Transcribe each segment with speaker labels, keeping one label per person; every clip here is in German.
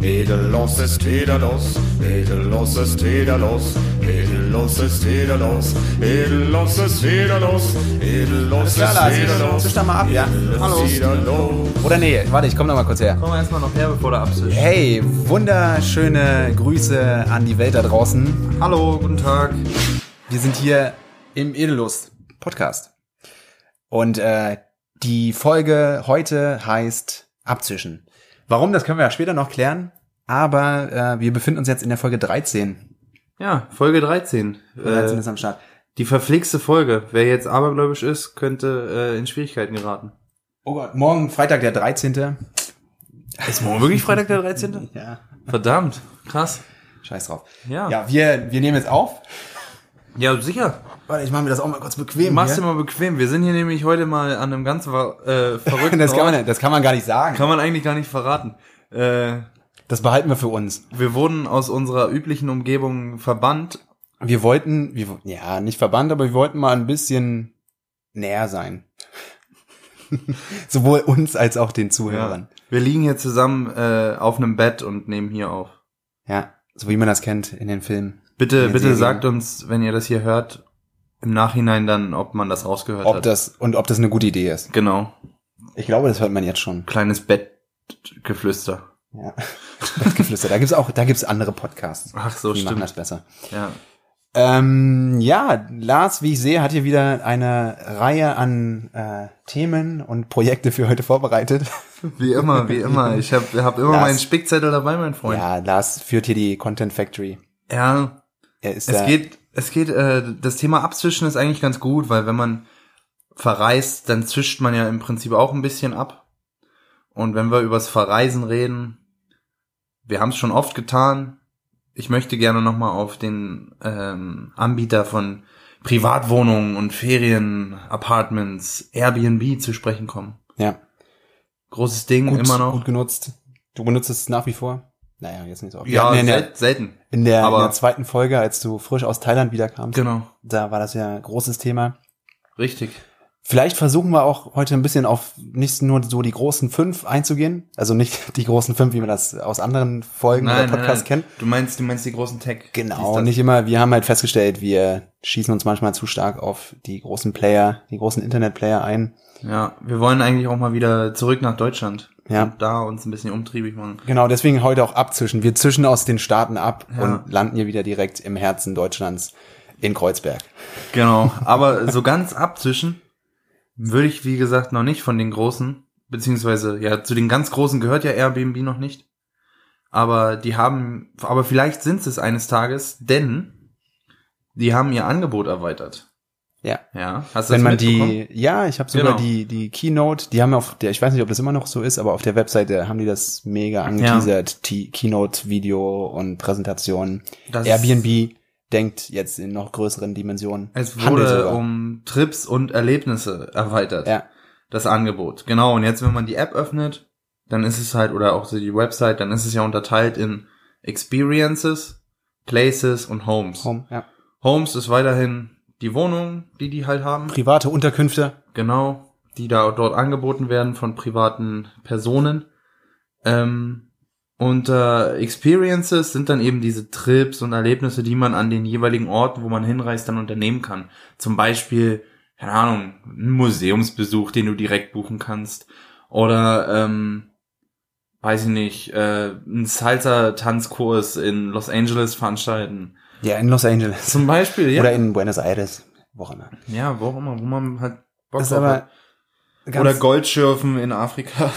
Speaker 1: Edelos ist Edelos, Edelos ist Edelos, Edelos ist Edelos, Edelos ist Edelos, Edelos ist
Speaker 2: klar, Lars, ich-
Speaker 1: Edelos.
Speaker 2: zisch da mal ab, ja?
Speaker 1: Hallo.
Speaker 2: Oder nee, warte, ich komme noch mal kurz her.
Speaker 3: Komm erstmal noch her, bevor du abzischst.
Speaker 2: Hey, wunderschöne Grüße an die Welt da draußen.
Speaker 3: Hallo, guten Tag.
Speaker 2: Wir sind hier im Edelust Podcast. Und äh, die Folge heute heißt Abzischen. Warum, das können wir ja später noch klären. Aber äh, wir befinden uns jetzt in der Folge 13.
Speaker 3: Ja, Folge 13.
Speaker 2: 13
Speaker 3: Äh,
Speaker 2: ist am Start.
Speaker 3: die verflixte Folge. Wer jetzt abergläubisch ist, könnte äh, in Schwierigkeiten geraten.
Speaker 2: Oh Gott, morgen Freitag der 13.
Speaker 3: Ist morgen Oh, wirklich Freitag der 13.?
Speaker 2: Ja.
Speaker 3: Verdammt, krass.
Speaker 2: Scheiß drauf.
Speaker 3: Ja.
Speaker 2: Ja, wir, wir nehmen jetzt auf.
Speaker 3: Ja, sicher.
Speaker 2: Warte, ich mache mir das auch mal kurz bequem.
Speaker 3: Mach's dir
Speaker 2: hier.
Speaker 3: mal bequem. Wir sind hier nämlich heute mal an einem ganz wa- äh, verrückten
Speaker 2: das, kann
Speaker 3: Ort.
Speaker 2: man, das kann man gar nicht sagen.
Speaker 3: Kann man eigentlich gar nicht verraten. Äh,
Speaker 2: Das behalten wir für uns.
Speaker 3: wir wurden aus unserer üblichen Umgebung verbannt.
Speaker 2: Wir wollten, wir, wo- ja, nicht verbannt, aber wir wollten mal ein bisschen näher sein. Sowohl uns als auch den
Speaker 3: Ja.
Speaker 2: Zuhörern.
Speaker 3: Wir liegen hier zusammen äh, auf einem Bett und nehmen hier auf.
Speaker 2: Ja. so wie man das kennt in den Filmen.
Speaker 3: Bitte,
Speaker 2: Ja,
Speaker 3: bitte
Speaker 2: sehr
Speaker 3: sagt
Speaker 2: gerne.
Speaker 3: uns, wenn ihr das hier hört, im Nachhinein dann, ob man das rausgehört
Speaker 2: Ob
Speaker 3: hat.
Speaker 2: das, und ob das eine gute Idee ist.
Speaker 3: genau.
Speaker 2: Ich glaube, das hört man jetzt schon.
Speaker 3: Kleines Bettgeflüster.
Speaker 2: Ja. Bettgeflüster. Da gibt's auch, da gibt's andere Podcasts.
Speaker 3: Ach so,
Speaker 2: die machen das
Speaker 3: stimmt.
Speaker 2: besser.
Speaker 3: Ja.
Speaker 2: Ähm, ja, Lars, wie ich sehe, hat hier wieder eine Reihe an äh, Themen und Projekte für heute vorbereitet.
Speaker 3: Wie immer, wie immer. Ich habe hab immer
Speaker 2: Das-
Speaker 3: meinen Spickzettel dabei, mein Freund.
Speaker 2: Ja, Lars führt hier die Content Factory.
Speaker 3: Ja,
Speaker 2: Er ist
Speaker 3: es
Speaker 2: da.
Speaker 3: geht, es geht, äh, das Thema Abzwischen ist eigentlich ganz gut, weil wenn man verreist, dann zischt man ja im Prinzip auch ein bisschen ab. Und wenn wir übers Verreisen reden, wir haben es schon oft getan. Ich möchte gerne nochmal auf den ähm, Anbieter von Privatwohnungen und Ferien, Apartments, Airbnb zu sprechen kommen.
Speaker 2: Ja.
Speaker 3: Großes Ding,
Speaker 2: gut,
Speaker 3: immer noch.
Speaker 2: gut genutzt. Du benutzt es nach wie vor? Naja, jetzt nicht so. oft. Wir
Speaker 3: Ja,
Speaker 2: hatten in, der,
Speaker 3: sel selten.
Speaker 2: in, der, in
Speaker 3: aber-
Speaker 2: der zweiten Folge, als du frisch aus Thailand wiederkamst,
Speaker 3: Genau.
Speaker 2: da war das ja ein großes Thema.
Speaker 3: Richtig.
Speaker 2: Vielleicht versuchen wir auch heute ein bisschen auf nicht nur so die großen fünf einzugehen, also nicht die großen fünf, wie man das aus anderen Folgen oder Podcasts kennt.
Speaker 3: Du meinst, du meinst die großen Tech. Dies,
Speaker 2: Genau,
Speaker 3: das.
Speaker 2: nicht immer, wir haben halt festgestellt, wir schießen uns manchmal zu stark auf die großen Player, die großen Internet-Player ein.
Speaker 3: Ja, wir wollen eigentlich auch mal wieder zurück nach Deutschland.
Speaker 2: Ja.
Speaker 3: Und da uns ein bisschen umtriebig machen.
Speaker 2: Genau, deswegen heute auch abzischen. Wir zischen aus den Staaten ab
Speaker 3: Ja.
Speaker 2: und landen hier wieder direkt im Herzen Deutschlands in Kreuzberg.
Speaker 3: Genau. Aber so ganz abzwischen würde ich, wie gesagt, noch nicht von den Großen, beziehungsweise, ja, zu den ganz Großen gehört ja Airbnb noch nicht. Aber die haben, aber vielleicht sind sie es eines Tages, denn die haben ihr Angebot erweitert.
Speaker 2: Ja.
Speaker 3: Ja. Hast du
Speaker 2: Wenn
Speaker 3: das
Speaker 2: man
Speaker 3: mitbekommen?
Speaker 2: die, ja, ich habe sogar
Speaker 3: Genau.
Speaker 2: die die Keynote, die haben auf der, ich weiß nicht, ob das immer noch so ist, aber auf der Webseite haben die das mega angeteasert, die Keynote-Video und Präsentation.
Speaker 3: Das-
Speaker 2: Airbnb denkt jetzt in noch größeren Dimensionen.
Speaker 3: Es
Speaker 2: Handel
Speaker 3: wurde
Speaker 2: sogar.
Speaker 3: um Trips und Erlebnisse erweitert.
Speaker 2: Ja.
Speaker 3: Das Angebot. Genau. Und jetzt, wenn man die App öffnet, dann ist es halt, oder auch so die Website, dann ist es ja unterteilt in Experiences, Places und Homes.
Speaker 2: Home, ja.
Speaker 3: Homes ist weiterhin die Wohnung, die die halt haben.
Speaker 2: Private Unterkünfte.
Speaker 3: Genau. Die da dort angeboten werden von privaten Personen. Ähm, und äh, Experiences sind dann eben diese Trips und Erlebnisse, die man an den jeweiligen Orten, wo man hinreist, dann unternehmen kann. Zum Beispiel, keine Ahnung, ein Museumsbesuch, den du direkt buchen kannst. Oder, ähm, weiß ich nicht, äh, einen Salsa-Tanzkurs in Los Angeles veranstalten.
Speaker 2: Ja, in Los Angeles.
Speaker 3: Zum Beispiel, ja.
Speaker 2: Oder in Buenos Aires. Wo auch immer.
Speaker 3: ja, wo auch immer, wo man halt Bock
Speaker 2: Das ist
Speaker 3: drauf hat.
Speaker 2: aber ganz-
Speaker 3: Oder Goldschürfen in Afrika.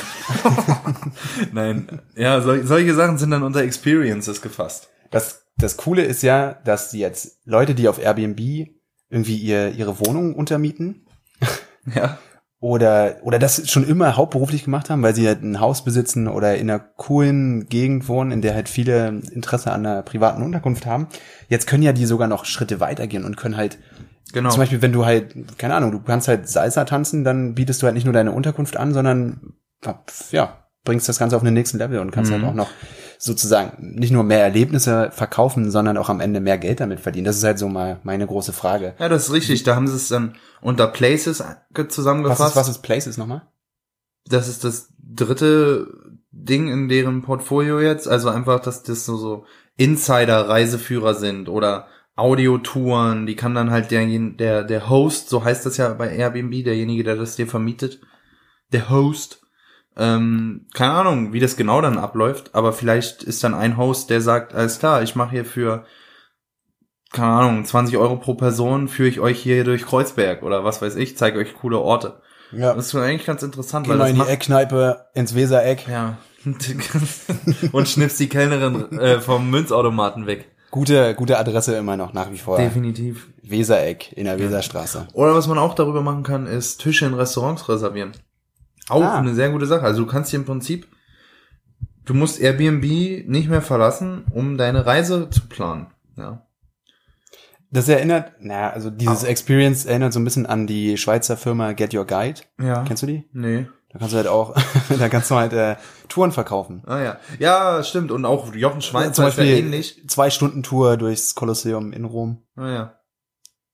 Speaker 3: Nein. Ja, sol solche Sachen sind dann unter Experiences gefasst.
Speaker 2: Das, das Coole ist ja, dass die jetzt Leute, die auf Airbnb irgendwie ihr, ihre Wohnung untermieten
Speaker 3: Ja.
Speaker 2: oder, oder das schon immer hauptberuflich gemacht haben, weil sie halt ein Haus besitzen oder in einer coolen Gegend wohnen, in der halt viele Interesse an einer privaten Unterkunft haben. Jetzt können ja die sogar noch Schritte weitergehen und können halt,
Speaker 3: Genau.
Speaker 2: zum Beispiel, wenn du halt, keine Ahnung, du kannst halt Salsa tanzen, dann bietest du halt nicht nur deine Unterkunft an, sondern, ja, bringst das Ganze auf den nächsten Level und kannst
Speaker 3: Mhm.
Speaker 2: halt auch noch sozusagen nicht nur mehr Erlebnisse verkaufen, sondern auch am Ende mehr Geld damit verdienen. Das ist halt so mal meine große Frage.
Speaker 3: ja, das ist richtig. Da haben sie es dann unter Places ge-
Speaker 2: Was
Speaker 3: zusammengefasst.
Speaker 2: ist, was ist Places nochmal?
Speaker 3: Das ist das dritte Ding in deren Portfolio jetzt. Also einfach, dass das so, so Insider-Reiseführer sind oder Audiotouren, die kann dann halt der, der, der Host, so heißt das ja bei Airbnb, derjenige, der das dir vermietet, der Host, ähm, keine Ahnung, wie das genau dann abläuft, aber vielleicht ist dann ein Host, der sagt, alles klar, ich mache hier für, keine Ahnung, 20 Euro pro Person, führe ich euch hier durch Kreuzberg oder was weiß ich, zeige euch coole Orte.
Speaker 2: Ja.
Speaker 3: Das ist eigentlich ganz interessant,
Speaker 2: Geh mal
Speaker 3: das
Speaker 2: in die
Speaker 3: macht-
Speaker 2: Eckkneipe, ins Wesereck.
Speaker 3: ja. und schnippst die Kellnerin äh, vom Münzautomaten weg.
Speaker 2: Gute, gute Adresse immer noch nach wie vor.
Speaker 3: Definitiv.
Speaker 2: Wesereck in der Weserstraße.
Speaker 3: Oder was man auch darüber machen kann, ist Tische in Restaurants reservieren. Auch
Speaker 2: Ah.
Speaker 3: eine sehr gute Sache. Also du kannst hier im Prinzip, du musst Airbnb nicht mehr verlassen, um deine Reise zu planen. Ja.
Speaker 2: Das erinnert, na, also dieses Experience erinnert so ein bisschen an die Schweizer Firma Get Your Guide.
Speaker 3: Ja.
Speaker 2: Kennst du die?
Speaker 3: Nee.
Speaker 2: Da kannst du halt auch, da kannst du halt äh, Touren verkaufen. Äh,
Speaker 3: Ah ja. Ja, stimmt. Und auch Jochen Schweizer
Speaker 2: Zum Beispiel
Speaker 3: ist ja ähnlich.
Speaker 2: zwei Stunden Tour durchs Kolosseum in Rom.
Speaker 3: Ah ja.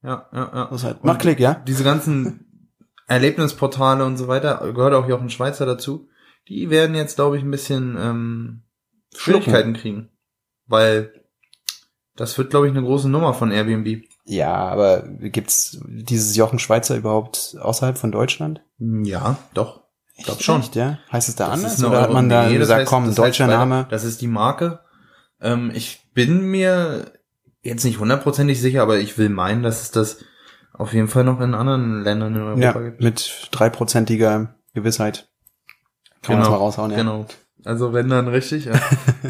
Speaker 3: Ja, ja, ja.
Speaker 2: Das ist halt,
Speaker 3: Und
Speaker 2: mach Klick, ja?
Speaker 3: Diese ganzen Erlebnisportale und so weiter, gehört auch Jochen Schweizer dazu. Die werden jetzt, glaube ich, ein bisschen ähm,
Speaker 2: Schlucken.
Speaker 3: Schwierigkeiten kriegen. Weil das wird, glaube ich, eine große Nummer von Airbnb.
Speaker 2: Ja, aber gibt's dieses Jochen Schweizer überhaupt außerhalb von Deutschland?
Speaker 3: Ja, doch. Ich glaub
Speaker 2: Echt
Speaker 3: schon.
Speaker 2: nicht, ja? Heißt es da
Speaker 3: Das
Speaker 2: anders?
Speaker 3: ist eine
Speaker 2: Oder hat
Speaker 3: Euro-
Speaker 2: man da
Speaker 3: Nee, das
Speaker 2: gesagt,
Speaker 3: heißt-
Speaker 2: komm,
Speaker 3: das
Speaker 2: deutscher
Speaker 3: heißt weiter.
Speaker 2: Name?
Speaker 3: Das ist die Marke. Ähm, ich bin mir jetzt nicht hundertprozentig sicher, aber ich will meinen, dass es das auf jeden Fall noch in anderen Ländern in Europa
Speaker 2: Ja,
Speaker 3: gibt.
Speaker 2: mit dreiprozentiger Gewissheit. Kann man das mal raushauen, ja.
Speaker 3: Genau. Also wenn dann richtig, ja.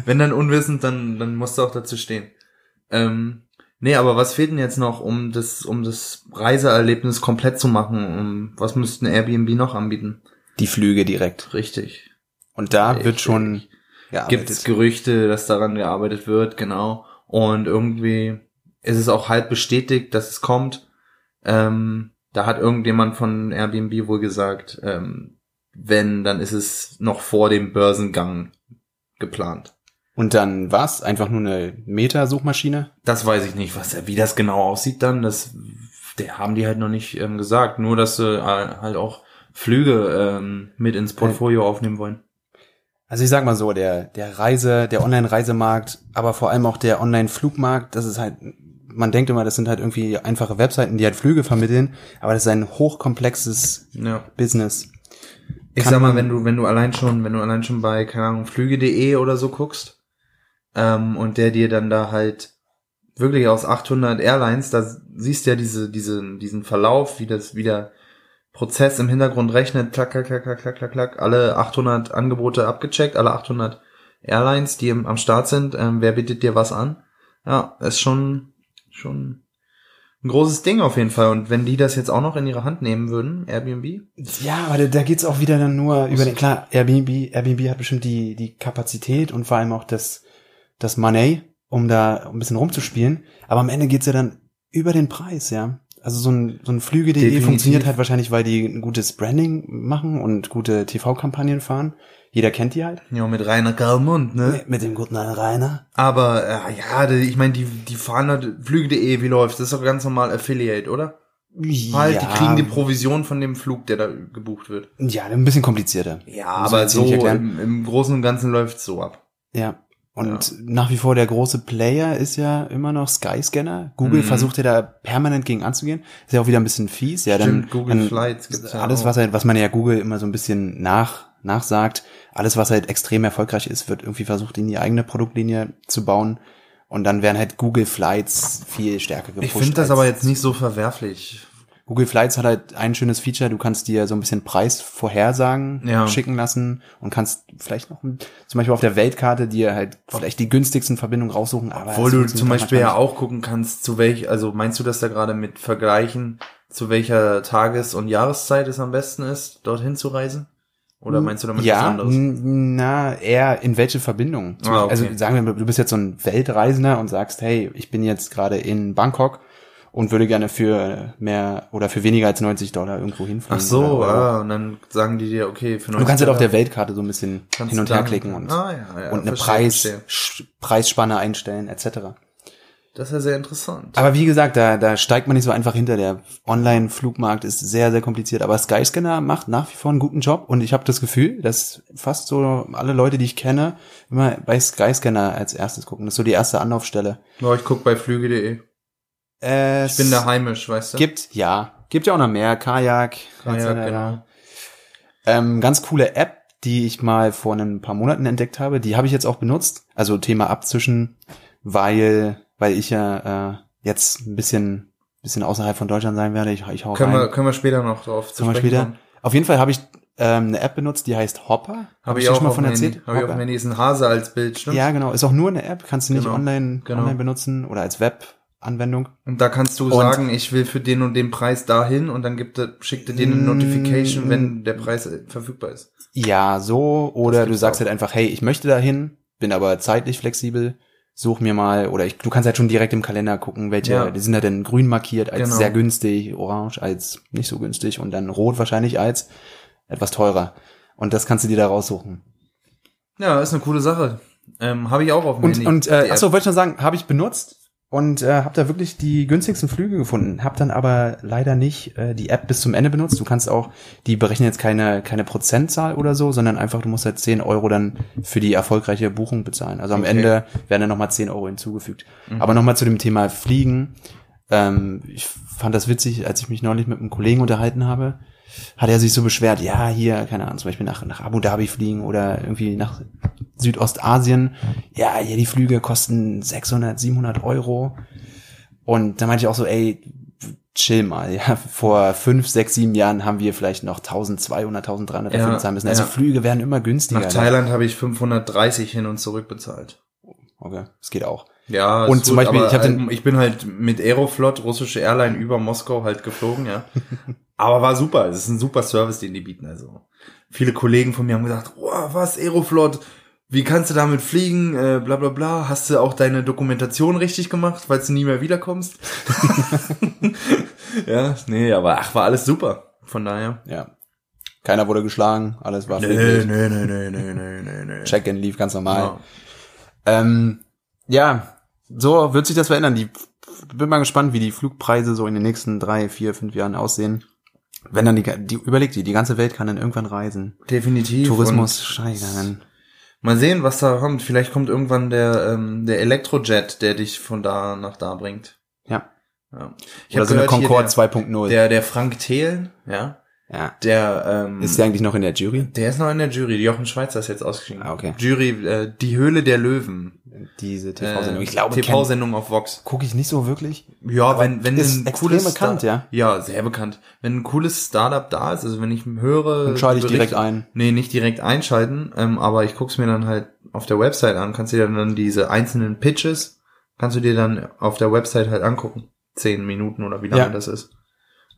Speaker 3: wenn dann unwissend, dann, dann musst du auch dazu stehen. Ähm, nee, aber was fehlt denn jetzt noch, um das, um das Reiseerlebnis komplett zu machen? Um, was müssten Airbnb noch anbieten?
Speaker 2: Die Flüge direkt.
Speaker 3: Richtig.
Speaker 2: Und da wird
Speaker 3: Richtig.
Speaker 2: schon
Speaker 3: Gibt es Gerüchte, dass daran gearbeitet wird, genau. Und irgendwie ist es auch halb bestätigt, dass es kommt. Ähm, da hat irgendjemand von Airbnb wohl gesagt, ähm, wenn, dann ist es noch vor dem Börsengang geplant.
Speaker 2: Und dann was? Einfach nur eine Meta-Suchmaschine?
Speaker 3: Das weiß ich nicht, was, wie das genau aussieht dann. Das der haben die halt noch nicht ähm, gesagt. Nur, dass sie äh, halt auch Flüge ähm, mit ins Portfolio aufnehmen wollen.
Speaker 2: Also ich sag mal so, der, der Reise, der Online-Reisemarkt, aber vor allem auch der Online-Flugmarkt, das ist halt, man denkt immer, das sind halt irgendwie einfache Webseiten, die halt Flüge vermitteln, aber das ist ein hochkomplexes
Speaker 3: Ja.
Speaker 2: Business.
Speaker 3: Ich
Speaker 2: Kann
Speaker 3: sag mal,
Speaker 2: man-
Speaker 3: wenn du, wenn du allein schon, wenn du allein schon bei, keine Ahnung, flüge.de oder so guckst, ähm, und der dir dann da halt wirklich aus 800 Airlines, da siehst du ja diese, diese, diesen Verlauf, wie das, wie der Prozess im Hintergrund rechnet, klack, klack, klack, klack, klack, klack, klack, alle 800 Angebote abgecheckt, alle 800 Airlines, die im, am Start sind, ähm, wer bietet dir was an? Ja, ist schon, schon ein großes Ding auf jeden Fall. Und wenn die das jetzt auch noch in ihre Hand nehmen würden, Airbnb,
Speaker 2: Ja, aber da, da geht's auch wieder dann nur über den, klar, Airbnb, Airbnb hat bestimmt die, die Kapazität und vor allem auch das, das Money, um da ein bisschen rumzuspielen, aber am Ende geht's ja dann über den Preis, ja. Also so ein, so ein Flüge.de
Speaker 3: Definitiv.
Speaker 2: funktioniert halt wahrscheinlich, weil die ein gutes Branding machen und gute TV-Kampagnen fahren. Jeder kennt die halt.
Speaker 3: Ja, mit Rainer Kalmund, ne?
Speaker 2: Mit dem guten Rainer.
Speaker 3: Aber äh, ja, die- ich meine, die, die fahren halt Flüge.de, wie läuft's? Das ist doch ganz normal Affiliate, oder? Halt, die kriegen die Provision von dem Flug, der da gebucht wird.
Speaker 2: Ja, ein bisschen komplizierter.
Speaker 3: Ja,
Speaker 2: Muss man
Speaker 3: aber
Speaker 2: jetzt hier
Speaker 3: so
Speaker 2: nicht erklären.
Speaker 3: im, im Großen und Ganzen läuft's so ab.
Speaker 2: Ja. Und nach wie vor der große Player ist ja immer noch Skyscanner. Google
Speaker 3: Mhm.
Speaker 2: versucht ja da permanent gegen anzugehen. Ist ja auch wieder ein bisschen fies. Ja, dann,
Speaker 3: Stimmt, Google
Speaker 2: dann
Speaker 3: Flights gibt's ja
Speaker 2: alles,
Speaker 3: auch.
Speaker 2: was halt, was man ja Google immer so ein bisschen nach, nachsagt, alles, was halt extrem erfolgreich ist, wird irgendwie versucht, in die eigene Produktlinie zu bauen. Und dann werden halt Google Flights viel stärker gepusht.
Speaker 3: Ich finde das
Speaker 2: als-
Speaker 3: aber jetzt nicht so verwerflich.
Speaker 2: Google Flights hat halt ein schönes Feature, du kannst dir so ein bisschen Preisvorhersagen
Speaker 3: Ja.
Speaker 2: schicken lassen und kannst vielleicht noch ein- zum Beispiel auf der Weltkarte dir halt vielleicht die günstigsten Verbindungen raussuchen. Aber
Speaker 3: Obwohl
Speaker 2: das
Speaker 3: du
Speaker 2: funktioniert
Speaker 3: zum Beispiel ja
Speaker 2: manchmal
Speaker 3: auch gucken kannst, zu welch, also meinst du das da gerade mit Vergleichen, zu welcher Tages- und Jahreszeit es am besten ist, dorthin zu reisen? Oder
Speaker 2: nicht.
Speaker 3: meinst du damit
Speaker 2: ja,
Speaker 3: was anderes?
Speaker 2: n- Na, eher in welche Verbindung. Zum
Speaker 3: Ah, okay.
Speaker 2: Also sagen wir, mal, du bist jetzt so ein Weltreisender und sagst, hey, ich bin jetzt gerade in Bangkok und würde gerne für mehr oder für weniger als 90 Dollar irgendwo hinfliegen.
Speaker 3: Ach so,
Speaker 2: oder,
Speaker 3: ah, und dann sagen die dir, okay, für
Speaker 2: Du kannst halt
Speaker 3: halt
Speaker 2: auf der Weltkarte so ein bisschen hin und her klicken und
Speaker 3: ah, ja, ja,
Speaker 2: und eine
Speaker 3: verstehe,
Speaker 2: Preis,
Speaker 3: verstehe.
Speaker 2: Sch- Preisspanne einstellen, etc.
Speaker 3: Das ist ja sehr interessant.
Speaker 2: Aber wie gesagt, da, da steigt man nicht so einfach hinter. Der Online-Flugmarkt ist sehr, sehr kompliziert. Aber Skyscanner macht nach wie vor einen guten Job. Und ich habe das Gefühl, dass fast so alle Leute, die ich kenne, immer bei Skyscanner als erstes gucken. Das ist so die erste Anlaufstelle.
Speaker 3: Ja, ich guck bei flüge.de.
Speaker 2: Es
Speaker 3: Ich bin da heimisch, weißt du?
Speaker 2: Gibt, ja. Gibt ja auch noch mehr. Kajak.
Speaker 3: Kajak,
Speaker 2: etc.
Speaker 3: genau.
Speaker 2: Ähm, ganz coole App, die ich mal vor ein paar Monaten entdeckt habe. Die habe ich jetzt auch benutzt. Also Thema abzwischen, weil, weil ich ja äh, jetzt ein bisschen, bisschen außerhalb von Deutschland sein werde. Ich, ich hau
Speaker 3: Können
Speaker 2: rein.
Speaker 3: wir, können wir später noch drauf zu
Speaker 2: Können wir
Speaker 3: sprechen
Speaker 2: später.
Speaker 3: kommen.
Speaker 2: Auf jeden Fall habe ich ähm, eine App benutzt, die heißt Hopper.
Speaker 3: Habe ich
Speaker 2: dir
Speaker 3: auch auf dem Handy. Habe ich auf
Speaker 2: Hopper.
Speaker 3: dem Handy. Ist ein Hase als Bild, stimmt?
Speaker 2: Ja, genau. Ist auch nur eine App, kannst du nicht
Speaker 3: Genau,
Speaker 2: online,
Speaker 3: genau.
Speaker 2: online benutzen oder als Web-Anwendung.
Speaker 3: Und da kannst du
Speaker 2: Und-
Speaker 3: sagen, ich will für den und den Preis dahin und dann gibt er, schickt er dir eine Notification,
Speaker 2: Mm.
Speaker 3: wenn der Preis äh, verfügbar ist.
Speaker 2: Ja, so. Oder du
Speaker 3: gibt's
Speaker 2: sagst
Speaker 3: auch.
Speaker 2: halt einfach, hey, ich möchte dahin, bin aber zeitlich flexibel, such mir mal, oder ich, du kannst halt schon direkt im Kalender gucken, welche,
Speaker 3: Ja.
Speaker 2: die sind halt dann grün markiert als
Speaker 3: Genau.
Speaker 2: sehr günstig, orange als nicht so günstig und dann rot wahrscheinlich als etwas teurer. Und das kannst du dir da raussuchen.
Speaker 3: Ja, ist eine coole Sache. Ähm, habe ich auch auf dem
Speaker 2: Und,
Speaker 3: Handy.
Speaker 2: und
Speaker 3: Die
Speaker 2: äh,
Speaker 3: App.
Speaker 2: achso, wollte ich noch sagen, habe ich benutzt und äh, habe da wirklich die günstigsten Flüge gefunden. Habe dann aber leider nicht äh, die App bis zum Ende benutzt. Du kannst auch, die berechnen jetzt keine, keine Prozentzahl oder so, sondern einfach, du musst halt 10 Euro dann für die erfolgreiche Buchung bezahlen. Also am
Speaker 3: Okay.
Speaker 2: Ende werden dann nochmal 10 Euro hinzugefügt.
Speaker 3: Mhm.
Speaker 2: Aber nochmal zu dem Thema Fliegen. Ähm, ich fand das witzig, als ich mich neulich mit einem Kollegen unterhalten habe, hat er sich so beschwert, ja, hier, keine Ahnung, zum Beispiel nach, nach Abu Dhabi fliegen oder irgendwie nach Südostasien. Ja, hier die Flüge kosten 600, 700 Euro. Und da meinte ich auch so, ey, chill mal. Ja, vor fünf, sechs, sieben Jahren haben wir vielleicht noch 1200, 1300 dafür
Speaker 3: Ja,
Speaker 2: bezahlen müssen. Also
Speaker 3: ja.
Speaker 2: Flüge werden immer günstiger. ne?
Speaker 3: Nach Thailand habe ich 530 hin und zurück bezahlt.
Speaker 2: Okay, das geht auch.
Speaker 3: Ja,
Speaker 2: Und
Speaker 3: ist
Speaker 2: zum Beispiel,
Speaker 3: aber
Speaker 2: ich hab den-
Speaker 3: ich bin halt mit Aeroflot, russische Airline, über Moskau halt geflogen, ja. aber war super. Es ist ein super Service, den die bieten. Also viele Kollegen von mir haben gesagt, wow, was, Aeroflot, wie kannst du damit fliegen? Äh, bla bla bla. Hast du auch deine Dokumentation richtig gemacht, falls du nie mehr wiederkommst? ja, nee, aber ach, war alles super. Von daher.
Speaker 2: Ja. Keiner wurde geschlagen, alles war
Speaker 3: Nö,
Speaker 2: friedlich.
Speaker 3: nö, Genau. nö, nö, nö, nö, nö, nö.
Speaker 2: Check-in lief ganz normal.
Speaker 3: Ja.
Speaker 2: Ähm, ja, so wird sich das verändern. Die, bin mal gespannt, wie die Flugpreise so in den nächsten drei, vier, fünf Jahren aussehen. Wenn dann die, die überlegt die, die ganze Welt kann dann irgendwann reisen.
Speaker 3: Definitiv.
Speaker 2: Tourismus steigern.
Speaker 3: Mal sehen, was da kommt. Vielleicht kommt irgendwann der, ähm, der Elektrojet, der dich von da nach da bringt.
Speaker 2: Ja.
Speaker 3: ja. Ich
Speaker 2: Oder
Speaker 3: hab
Speaker 2: so eine
Speaker 3: gehört, hier
Speaker 2: Concorde
Speaker 3: der,
Speaker 2: 2.0.
Speaker 3: der, der Frank Thelen, ja,
Speaker 2: Ja.
Speaker 3: der, ähm,
Speaker 2: Ist der eigentlich noch in der Jury?
Speaker 3: der ist noch in der Jury. Jochen Schweizer ist jetzt ausgeschieden.
Speaker 2: Ah, okay.
Speaker 3: Jury, äh, die Höhle der Löwen.
Speaker 2: Diese
Speaker 3: Äh,
Speaker 2: TV-Sendung. Ich glaube, TV
Speaker 3: TV-Sendung auf Vox.
Speaker 2: gucke ich nicht so wirklich.
Speaker 3: Ja, wenn, wenn
Speaker 2: ist
Speaker 3: ein
Speaker 2: extrem
Speaker 3: cooles
Speaker 2: bekannt,
Speaker 3: Star- Ja, sehr bekannt. Wenn ein cooles Startup da ist, also wenn ich höre.
Speaker 2: Dann schalte ich
Speaker 3: Berichte-
Speaker 2: direkt ein.
Speaker 3: Nee, nicht direkt einschalten, ähm, aber ich guck's mir dann halt auf der Website an. Kannst du dir dann diese einzelnen Pitches, kannst du dir dann auf der Website halt angucken. Zehn Minuten oder wie lange
Speaker 2: Ja.
Speaker 3: das ist.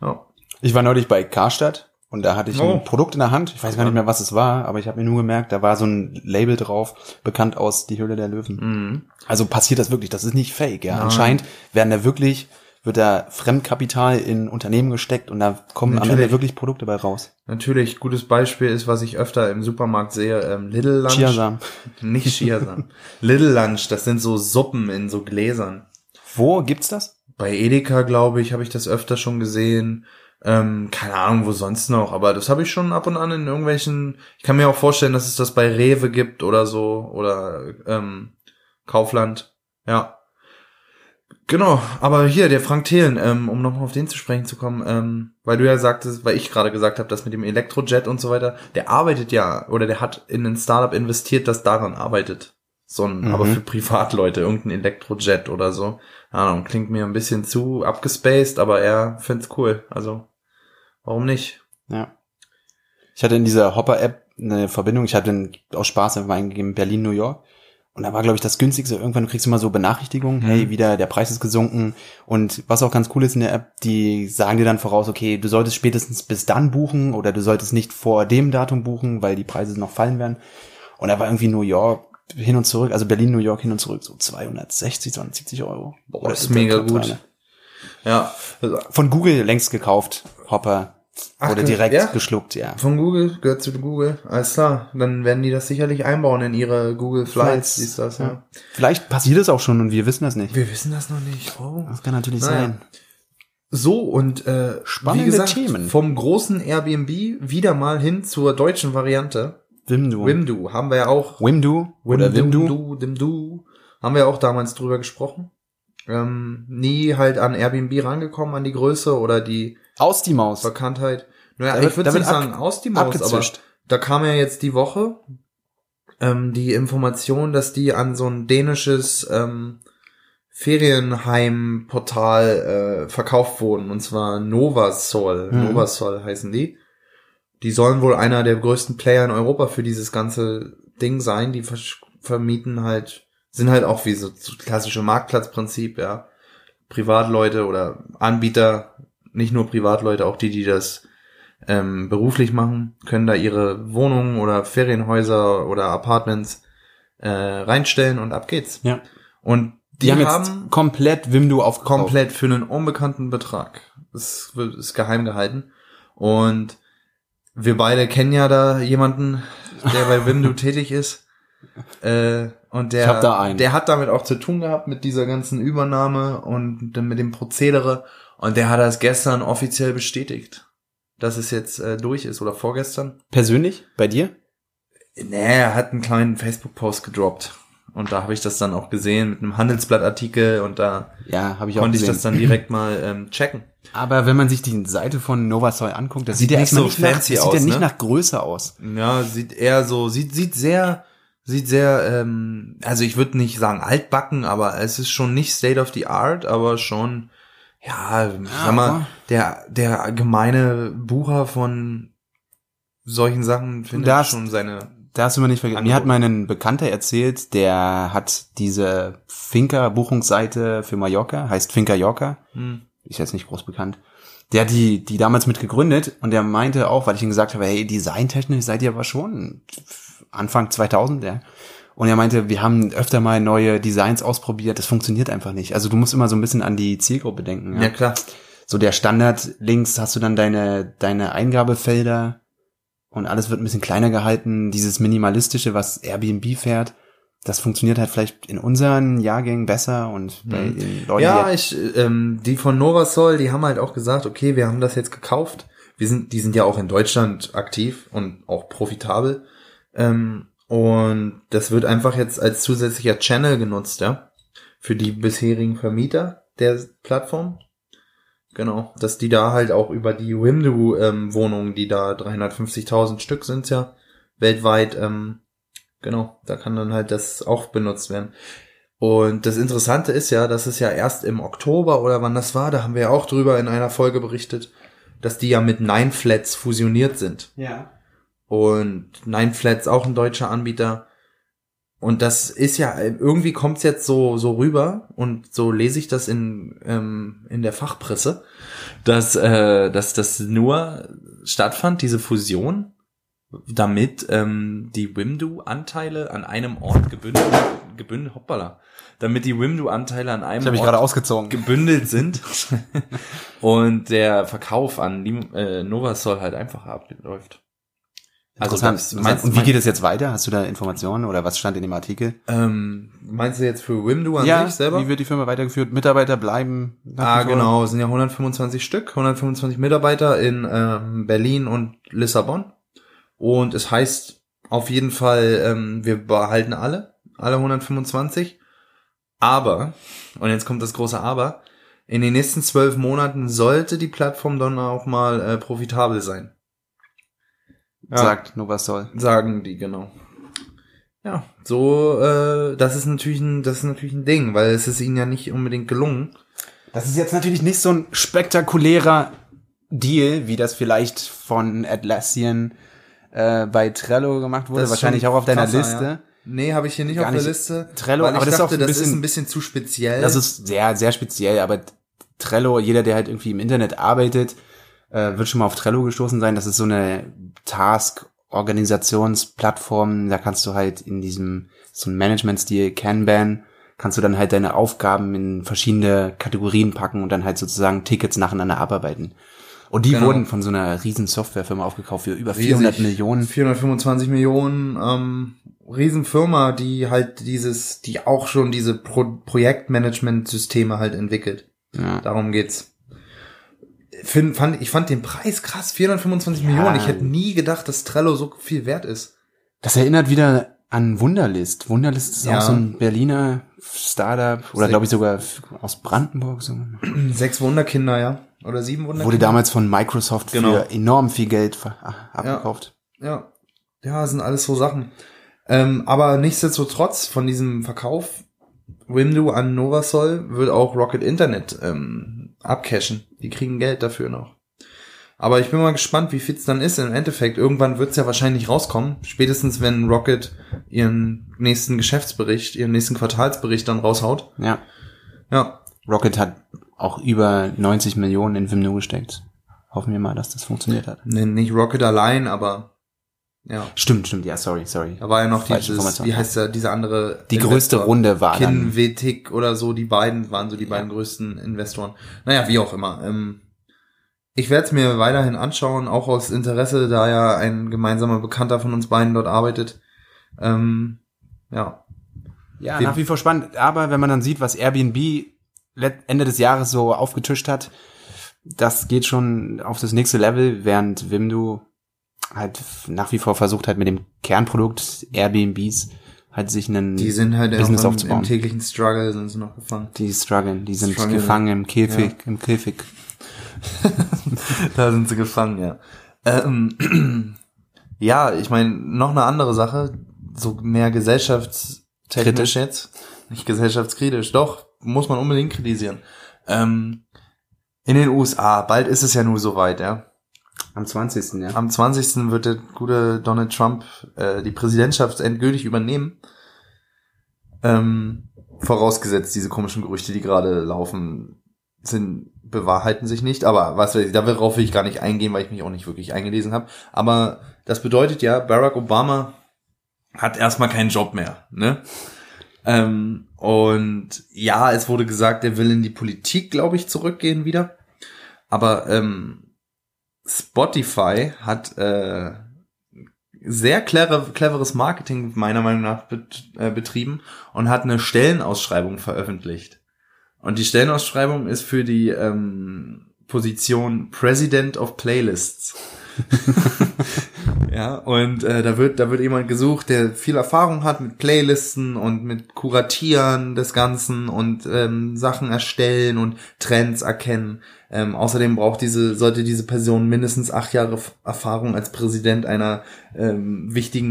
Speaker 3: Ja.
Speaker 2: Ich war neulich bei Karstadt und da hatte ich
Speaker 3: Oh.
Speaker 2: ein Produkt in der Hand. Ich weiß gar nicht mehr, was es war, aber ich habe mir nur gemerkt, da war so ein Label drauf, bekannt aus Die Höhle der Löwen.
Speaker 3: Mhm.
Speaker 2: Also passiert das wirklich, das ist nicht fake, ja.
Speaker 3: Nein.
Speaker 2: Anscheinend werden da wirklich, wird da Fremdkapital in Unternehmen gesteckt und da kommen am
Speaker 3: Natürlich.
Speaker 2: Ende wirklich Produkte bei raus.
Speaker 3: Natürlich, gutes Beispiel ist, was ich öfter im Supermarkt sehe, ähm, Little Lunch.
Speaker 2: Chiasamen.
Speaker 3: Nicht Chiasamen. Little Lunch, das sind so Suppen in so Gläsern.
Speaker 2: Wo gibt's das?
Speaker 3: Bei Edeka, glaube ich, habe ich das öfter schon gesehen. Ähm, keine Ahnung, wo sonst noch, aber das habe ich schon ab und an in irgendwelchen. Ich kann mir auch vorstellen, dass es das bei Rewe gibt oder so oder ähm, Kaufland. Ja. Genau, aber hier, der Frank Thelen, ähm, um nochmal auf den zu sprechen zu kommen, ähm, weil du ja sagtest, weil ich gerade gesagt habe, das mit dem Elektrojet und so weiter, der arbeitet ja oder der hat in ein Startup investiert, das daran arbeitet. So ein,
Speaker 2: Mhm.
Speaker 3: aber für Privatleute, irgendein Elektrojet oder so. Keine Ahnung, klingt mir ein bisschen zu abgespaced, aber er find's cool. Also, warum nicht?
Speaker 2: Ja. Ich hatte in dieser Hopper-App eine Verbindung, ich hatte in- aus Spaß einfach mal eingegeben, Berlin, New York. Und da war, glaube ich, das günstigste. Irgendwann kriegst du immer so
Speaker 3: Mhm.
Speaker 2: Benachrichtigungen, hey, wieder, der Preis ist gesunken. Und was auch ganz cool ist in der App, die sagen dir dann voraus, okay, du solltest spätestens bis dann buchen oder du solltest nicht vor dem Datum buchen, weil die Preise noch fallen werden. Und da war irgendwie New York hin und zurück, also Berlin, New York hin und zurück, so 260, 270 Euro.
Speaker 3: Boah, ist mega
Speaker 2: knapp
Speaker 3: gut.
Speaker 2: 300.
Speaker 3: Ja, also,
Speaker 2: Von Google längst gekauft, Hopper.
Speaker 3: Ach,
Speaker 2: Wurde
Speaker 3: ge-
Speaker 2: direkt
Speaker 3: ja?
Speaker 2: geschluckt, ja.
Speaker 3: Von Google, gehört zu Google. Alles klar, dann werden die das sicherlich einbauen in ihre Google
Speaker 2: Flights,
Speaker 3: Flights, dies, das, ja.
Speaker 2: ja. Vielleicht passiert es auch schon und wir wissen das nicht.
Speaker 3: Wir wissen das noch nicht. Oh.
Speaker 2: Das kann natürlich
Speaker 3: Naja.
Speaker 2: sein.
Speaker 3: So, und äh,
Speaker 2: Spannende
Speaker 3: wie gesagt,
Speaker 2: Themen.
Speaker 3: vom großen Airbnb wieder mal hin zur deutschen Variante.
Speaker 2: Wimdu.
Speaker 3: Wimdu haben wir ja auch.
Speaker 2: Wimdu oder Wimdu.
Speaker 3: Wimdu, Dimdu. Haben wir ja auch damals drüber gesprochen. Ähm, nie halt an Airbnb rangekommen, an die Größe oder die
Speaker 2: Aus die Maus.
Speaker 3: Bekanntheit. Naja,
Speaker 2: Da wird-
Speaker 3: ich würde
Speaker 2: da wird
Speaker 3: nicht
Speaker 2: ab-
Speaker 3: sagen, aus die Maus, aber
Speaker 2: Abgezischt.
Speaker 3: da kam ja jetzt die Woche ähm, die Information, dass die an so ein dänisches ähm, Ferienheimportal äh, verkauft wurden, und zwar Novasol.
Speaker 2: Mhm.
Speaker 3: Novasol heißen die. Die sollen wohl einer der größten Player in Europa für dieses ganze Ding sein. Die versch- vermieten halt, sind halt auch wie so so klassische Marktplatzprinzip, ja. Privatleute oder Anbieter, nicht nur Privatleute, auch die, die das ähm, beruflich machen, können da ihre Wohnungen oder Ferienhäuser oder Apartments äh, reinstellen und ab geht's.
Speaker 2: Ja.
Speaker 3: Und
Speaker 2: Die, haben jetzt komplett Wimdu aufgekauft.
Speaker 3: komplett für einen unbekannten Betrag. Das wird- ist geheim gehalten. Und wir beide kennen ja da jemanden, der bei Wimdu tätig ist. Äh, und der,
Speaker 2: Ich hab da einen.
Speaker 3: der hat damit auch zu tun gehabt, mit dieser ganzen Übernahme und dann mit dem Prozedere. Und der hat das gestern offiziell bestätigt, dass es jetzt äh, durch ist oder vorgestern.
Speaker 2: Persönlich? Bei dir?
Speaker 3: Nee, er hat einen kleinen Facebook-Post gedroppt. Und da habe ich das dann auch gesehen mit einem Handelsblattartikel und da
Speaker 2: Ja, habe ich auch
Speaker 3: konnte ich
Speaker 2: gesehen.
Speaker 3: das dann direkt mal ähm, checken.
Speaker 2: Aber wenn man sich die Seite von Novasol anguckt, das sieht
Speaker 3: Sieht
Speaker 2: ja
Speaker 3: nicht
Speaker 2: erstmal
Speaker 3: so
Speaker 2: nicht nach, das
Speaker 3: fancy
Speaker 2: sieht ja
Speaker 3: aus,
Speaker 2: nicht
Speaker 3: ne?
Speaker 2: nach Größe aus.
Speaker 3: Ja, sieht eher so, sieht, sieht sehr, sieht sehr, ähm, also ich würde nicht sagen altbacken, aber es ist schon nicht State of the Art, aber schon, ja, ich sag mal,
Speaker 2: aber-
Speaker 3: der, der gemeine Bucher von solchen Sachen findet
Speaker 2: Das-
Speaker 3: schon seine,
Speaker 2: Das immer nicht vergessen. Mir hat mein Bekannter erzählt, der hat diese Finca-Buchungsseite für Mallorca, heißt Finca Yorca.
Speaker 3: hm,
Speaker 2: ist jetzt nicht groß bekannt. Der hat die, die damals mit gegründet und der meinte auch, weil ich ihm gesagt habe, hey, designtechnisch seid ihr aber schon Anfang 2000, ja. Und er meinte, wir haben öfter mal neue Designs ausprobiert, das funktioniert einfach nicht. Also du musst immer so ein bisschen an die Zielgruppe denken.
Speaker 3: ja.
Speaker 2: Ja.
Speaker 3: klar,
Speaker 2: So der Standard links hast du dann deine, deine Eingabefelder und alles wird ein bisschen kleiner gehalten. Dieses minimalistische, was Airbnb fährt, das funktioniert halt vielleicht in unseren Jahrgängen besser und bei
Speaker 3: Mhm.
Speaker 2: den Leuten, die
Speaker 3: Ja, ich, ähm, die von Novasol, die haben halt auch gesagt, okay, wir haben das jetzt gekauft. Wir sind, die sind ja auch in Deutschland aktiv und auch profitabel. Ähm, und das wird einfach jetzt als zusätzlicher Channel genutzt, ja. Für die bisherigen Vermieter der Plattform. Genau, dass die da halt auch über die Wimdu-Wohnungen, die da 350.000 Stück sind ja, weltweit, ähm, genau, da kann dann halt das auch benutzt werden. Und das Interessante ist ja, dass es ja erst im Oktober oder wann das war, da haben wir ja auch drüber in einer Folge berichtet, dass die ja mit Nine Flats fusioniert sind.
Speaker 2: ja.
Speaker 3: Und Nine Flats auch ein deutscher Anbieter. Und das ist ja, irgendwie kommt's jetzt so, so rüber und so lese ich das in, ähm, in der Fachpresse, dass, äh, dass das nur stattfand, diese Fusion, damit ähm, die Wimdu-Anteile an einem Ort gebündelt, gebündelt hoppala, damit die Wimdu-Anteile an einem
Speaker 2: Das habe ich
Speaker 3: Ort
Speaker 2: gerade ausgezogen.
Speaker 3: gebündelt sind und der Verkauf an Lim äh, Novasol halt einfach abläuft. Also
Speaker 2: Interessant.
Speaker 3: das-
Speaker 2: Interessant.
Speaker 3: meinst-
Speaker 2: Und wie
Speaker 3: meinst-
Speaker 2: geht es jetzt weiter? Hast du da Informationen oder was stand in dem Artikel?
Speaker 3: Ähm, meinst du jetzt für Wimdu an sich selber?
Speaker 2: wie wird die Firma weitergeführt? Mitarbeiter bleiben? nach
Speaker 3: Ah,
Speaker 2: wie vor?
Speaker 3: genau, es sind ja 125 Stück, 125 Mitarbeiter in ähm, Berlin und Lissabon. Und es heißt auf jeden Fall, ähm, wir behalten alle, alle 125. Aber, und jetzt kommt das große Aber, in den nächsten zwölf Monaten sollte die Plattform dann auch mal äh, profitabel sein. Ja,
Speaker 2: Sagt Novasol.
Speaker 3: sagen die, genau. Ja, so, äh, das ist natürlich ein, das ist natürlich ein Ding, weil es ist ihnen ja nicht unbedingt gelungen.
Speaker 2: Das ist jetzt natürlich nicht so ein spektakulärer Deal, wie das vielleicht von Atlassian äh, bei Trello gemacht wurde.
Speaker 3: Das ist
Speaker 2: Wahrscheinlich
Speaker 3: schon
Speaker 2: auch auf deiner
Speaker 3: krasser,
Speaker 2: Liste.
Speaker 3: ja. Nee, habe ich hier nicht
Speaker 2: Gar
Speaker 3: auf der
Speaker 2: nicht.
Speaker 3: Liste.
Speaker 2: Trello,
Speaker 3: weil ich
Speaker 2: aber das ist
Speaker 3: dachte,
Speaker 2: auch ein
Speaker 3: das ist
Speaker 2: bisschen-
Speaker 3: ein bisschen zu speziell.
Speaker 2: Das ist sehr, sehr speziell, aber Trello, jeder, der halt irgendwie im Internet arbeitet, äh, wird schon mal auf Trello gestoßen sein. Das ist so eine Task-Organisationsplattform. Da kannst du halt in diesem, so ein Management-Stil, Kanban, kannst du dann halt deine Aufgaben in verschiedene Kategorien packen und dann halt sozusagen Tickets nacheinander abarbeiten. Und die
Speaker 3: Genau.
Speaker 2: wurden von so einer riesen Softwarefirma aufgekauft für über
Speaker 3: Riesig.
Speaker 2: 400 Millionen.
Speaker 3: 425 Millionen, ähm, Riesenfirma, die halt dieses, die auch schon diese Pro Projektmanagement-Systeme halt entwickelt.
Speaker 2: Ja.
Speaker 3: Darum geht's. Find, fand, ich fand den Preis krass, 425
Speaker 2: Ja.
Speaker 3: Millionen. Ich hätte nie gedacht, dass Trello so viel wert ist.
Speaker 2: Das erinnert wieder an Wunderlist. Wunderlist ist
Speaker 3: Ja.
Speaker 2: auch so ein Berliner Startup oder
Speaker 3: Sehr-
Speaker 2: glaube ich sogar f- aus Brandenburg. So.
Speaker 3: Sechs Wunderkinder, ja. Oder sieben Wunderkinder.
Speaker 2: Wurde damals von Microsoft
Speaker 3: Genau.
Speaker 2: für enorm viel Geld ver- ah, abgekauft.
Speaker 3: Ja, ja, das sind alles so Sachen. Ähm, aber nichtsdestotrotz von diesem Verkauf Window an Novasol wird auch Rocket Internet ähm, abcashen. Die kriegen Geld dafür noch. Aber ich bin mal gespannt, wie viel es dann ist. Im Endeffekt, irgendwann wird es ja wahrscheinlich rauskommen. Spätestens, wenn Rocket ihren nächsten Geschäftsbericht, ihren nächsten Quartalsbericht dann raushaut.
Speaker 2: Ja.
Speaker 3: Ja,
Speaker 2: Rocket hat auch über 90 Millionen in Vimeo gesteckt. Hoffen wir mal, dass das funktioniert hat.
Speaker 3: nee, nicht Rocket allein, aber ja.
Speaker 2: Stimmt, stimmt, ja, sorry, sorry.
Speaker 3: Da war ja noch
Speaker 2: Falsche
Speaker 3: dieses,
Speaker 2: Information.
Speaker 3: wie heißt der, dieser andere
Speaker 2: Die größte
Speaker 3: Investor.
Speaker 2: Runde war Ah, dann.
Speaker 3: Kinvetik oder so, die beiden waren so die beiden größten Investoren. Naja, wie auch immer. Ähm, ich werde es mir weiterhin anschauen, auch aus Interesse, da ja ein gemeinsamer Bekannter von uns beiden dort arbeitet. Ähm, ja,
Speaker 2: Ja,
Speaker 3: Dem-
Speaker 2: nach wie vor spannend. Aber wenn man dann sieht, was Airbnb let- Ende des Jahres so aufgetischt hat, das geht schon auf das nächste Level, während Wimdu halt nach wie vor versucht hat, mit dem Kernprodukt Airbnbs halt sich einen,
Speaker 3: die sind halt
Speaker 2: Business
Speaker 3: auch im, im
Speaker 2: aufzubauen.
Speaker 3: täglichen Struggle, sind sie noch gefangen.
Speaker 2: die strugglen, die sind
Speaker 3: Strugglen.
Speaker 2: gefangen im Käfig, im Käfig.
Speaker 3: da sind sie gefangen, ja. Ähm, ja, ich meine, noch eine andere Sache, so mehr gesellschaftstechnisch
Speaker 2: Kritisch.
Speaker 3: jetzt. Nicht gesellschaftskritisch, doch, muss man unbedingt kritisieren. Ähm, in den USA, bald ist es ja nur soweit, ja.
Speaker 2: Am 20. ja.
Speaker 3: Am 20. wird der gute Donald Trump äh, die Präsidentschaft endgültig übernehmen. Ähm, vorausgesetzt, diese komischen Gerüchte, die gerade laufen, sind bewahrheiten sich nicht. Aber was weiß ich, darauf will ich gar nicht eingehen, weil ich mich auch nicht wirklich eingelesen habe. Aber das bedeutet ja, Barack Obama hat erstmal keinen Job mehr. Ne? Ähm, und ja, es wurde gesagt, er will in die Politik, glaube ich, zurückgehen wieder. Aber ähm, Spotify hat äh, sehr clever, cleveres Marketing meiner Meinung nach bet, äh, betrieben und hat eine Stellenausschreibung veröffentlicht. Und die Stellenausschreibung ist für die ähm, Position President of Playlists. ja, und äh, da wird da wird jemand gesucht, der viel Erfahrung hat mit Playlisten und mit Kuratieren des Ganzen und ähm, Sachen erstellen und Trends erkennen. Ähm, außerdem braucht diese sollte diese Person mindestens acht Jahre F- Erfahrung als Präsident einer ähm, wichtigen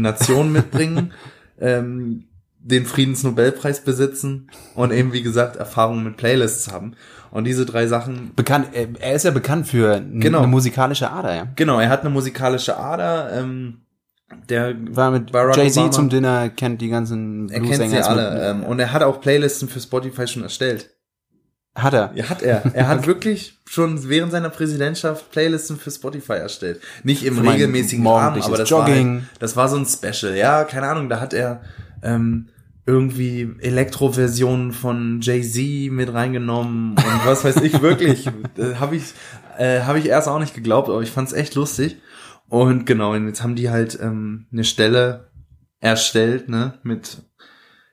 Speaker 3: Nation mitbringen. ähm, den Friedensnobelpreis besitzen und eben, wie gesagt, Erfahrung mit Playlists haben. Und diese drei Sachen
Speaker 2: Bekannt, er er ist ja bekannt für n-
Speaker 3: Genau.
Speaker 2: eine musikalische Ader, ja.
Speaker 3: Genau, er hat eine musikalische Ader. Ähm, der
Speaker 2: War mit
Speaker 3: Barack Obama-
Speaker 2: Jay-Z zum Dinner, kennt die ganzen
Speaker 3: er kennt sie
Speaker 2: ist mit-
Speaker 3: alle. Ähm, und er hat auch Playlisten für Spotify schon erstellt.
Speaker 2: Hat er.
Speaker 3: Ja, hat er. Er hat wirklich schon während seiner Präsidentschaft Playlisten für Spotify erstellt. Nicht im
Speaker 2: Für mein
Speaker 3: regelmäßigen Rahmen,
Speaker 2: morgendliches
Speaker 3: aber das war
Speaker 2: Jogging.
Speaker 3: halt, das war so ein Special. Ja, keine Ahnung, da hat er ähm, irgendwie Elektro-Versionen von Jay-Z mit reingenommen und was weiß ich wirklich. Habe ich, äh, hab ich erst auch nicht geglaubt, aber ich fand es echt lustig. Und genau, und jetzt haben die halt ähm, eine Stelle erstellt, ne, mit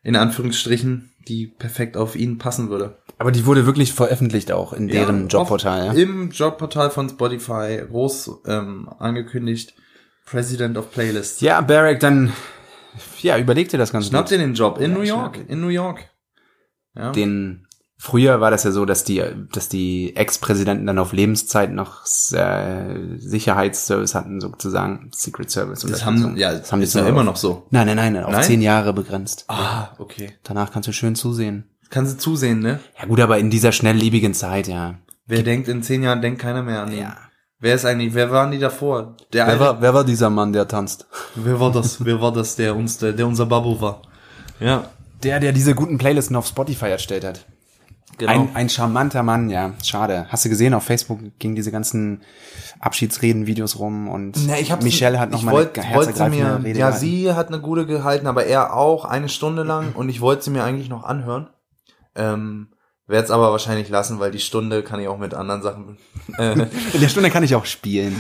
Speaker 3: in Anführungsstrichen, die perfekt auf ihn passen würde.
Speaker 2: Aber die wurde wirklich veröffentlicht auch in deren
Speaker 3: Ja, auf-
Speaker 2: Jobportal. Ja?
Speaker 3: Im Jobportal von Spotify groß ähm, angekündigt. President of Playlists.
Speaker 2: ja, Barack, dann ja, überleg dir das Ganze
Speaker 3: Schnappt ihr den Job in
Speaker 2: Ja,
Speaker 3: New York?
Speaker 2: schnapp.
Speaker 3: In New York. Ja.
Speaker 2: Den früher war das ja so, dass die dass die Ex-Präsidenten dann auf Lebenszeit noch äh, Sicherheitsservice hatten sozusagen, Secret Service
Speaker 3: das
Speaker 2: oder
Speaker 3: haben,
Speaker 2: so.
Speaker 3: ja,
Speaker 2: das haben die
Speaker 3: ist ja
Speaker 2: so
Speaker 3: immer
Speaker 2: auf-
Speaker 3: noch so.
Speaker 2: Nein, nein, nein, auf
Speaker 3: Nein?
Speaker 2: zehn Jahre begrenzt.
Speaker 3: Ah, okay.
Speaker 2: Danach kannst du schön zusehen.
Speaker 3: Kannst du zusehen, ne?
Speaker 2: Ja gut, aber in dieser schnelllebigen Zeit, ja.
Speaker 3: Wer denkt, in zehn Jahren denkt keiner mehr an ihn.
Speaker 2: Ja.
Speaker 3: Wer ist eigentlich, wer waren die davor? Der alte-
Speaker 2: wer war dieser Mann, der tanzt?
Speaker 3: wer war das? wer war das, der uns, der, der unser Babu war? Ja,
Speaker 2: Der, der diese guten Playlisten auf Spotify erstellt hat.
Speaker 3: genau.
Speaker 2: Ein, ein charmanter Mann, ja. Schade. Hast du gesehen, auf Facebook gingen diese ganzen Abschiedsreden-Videos rum und
Speaker 3: Na, ich hab's-
Speaker 2: Michelle hat
Speaker 3: ich
Speaker 2: nochmal
Speaker 3: wollt-
Speaker 2: eine
Speaker 3: wollt sie
Speaker 2: herzergreifende
Speaker 3: mir,
Speaker 2: Rede
Speaker 3: Ja,
Speaker 2: gehalten.
Speaker 3: sie hat eine gute gehalten, aber er auch, eine Stunde lang. Und ich wollte sie mir eigentlich noch anhören. Ähm, Werde es aber wahrscheinlich lassen, weil die Stunde kann ich auch mit anderen Sachen. Äh,
Speaker 2: In der Stunde kann ich auch spielen.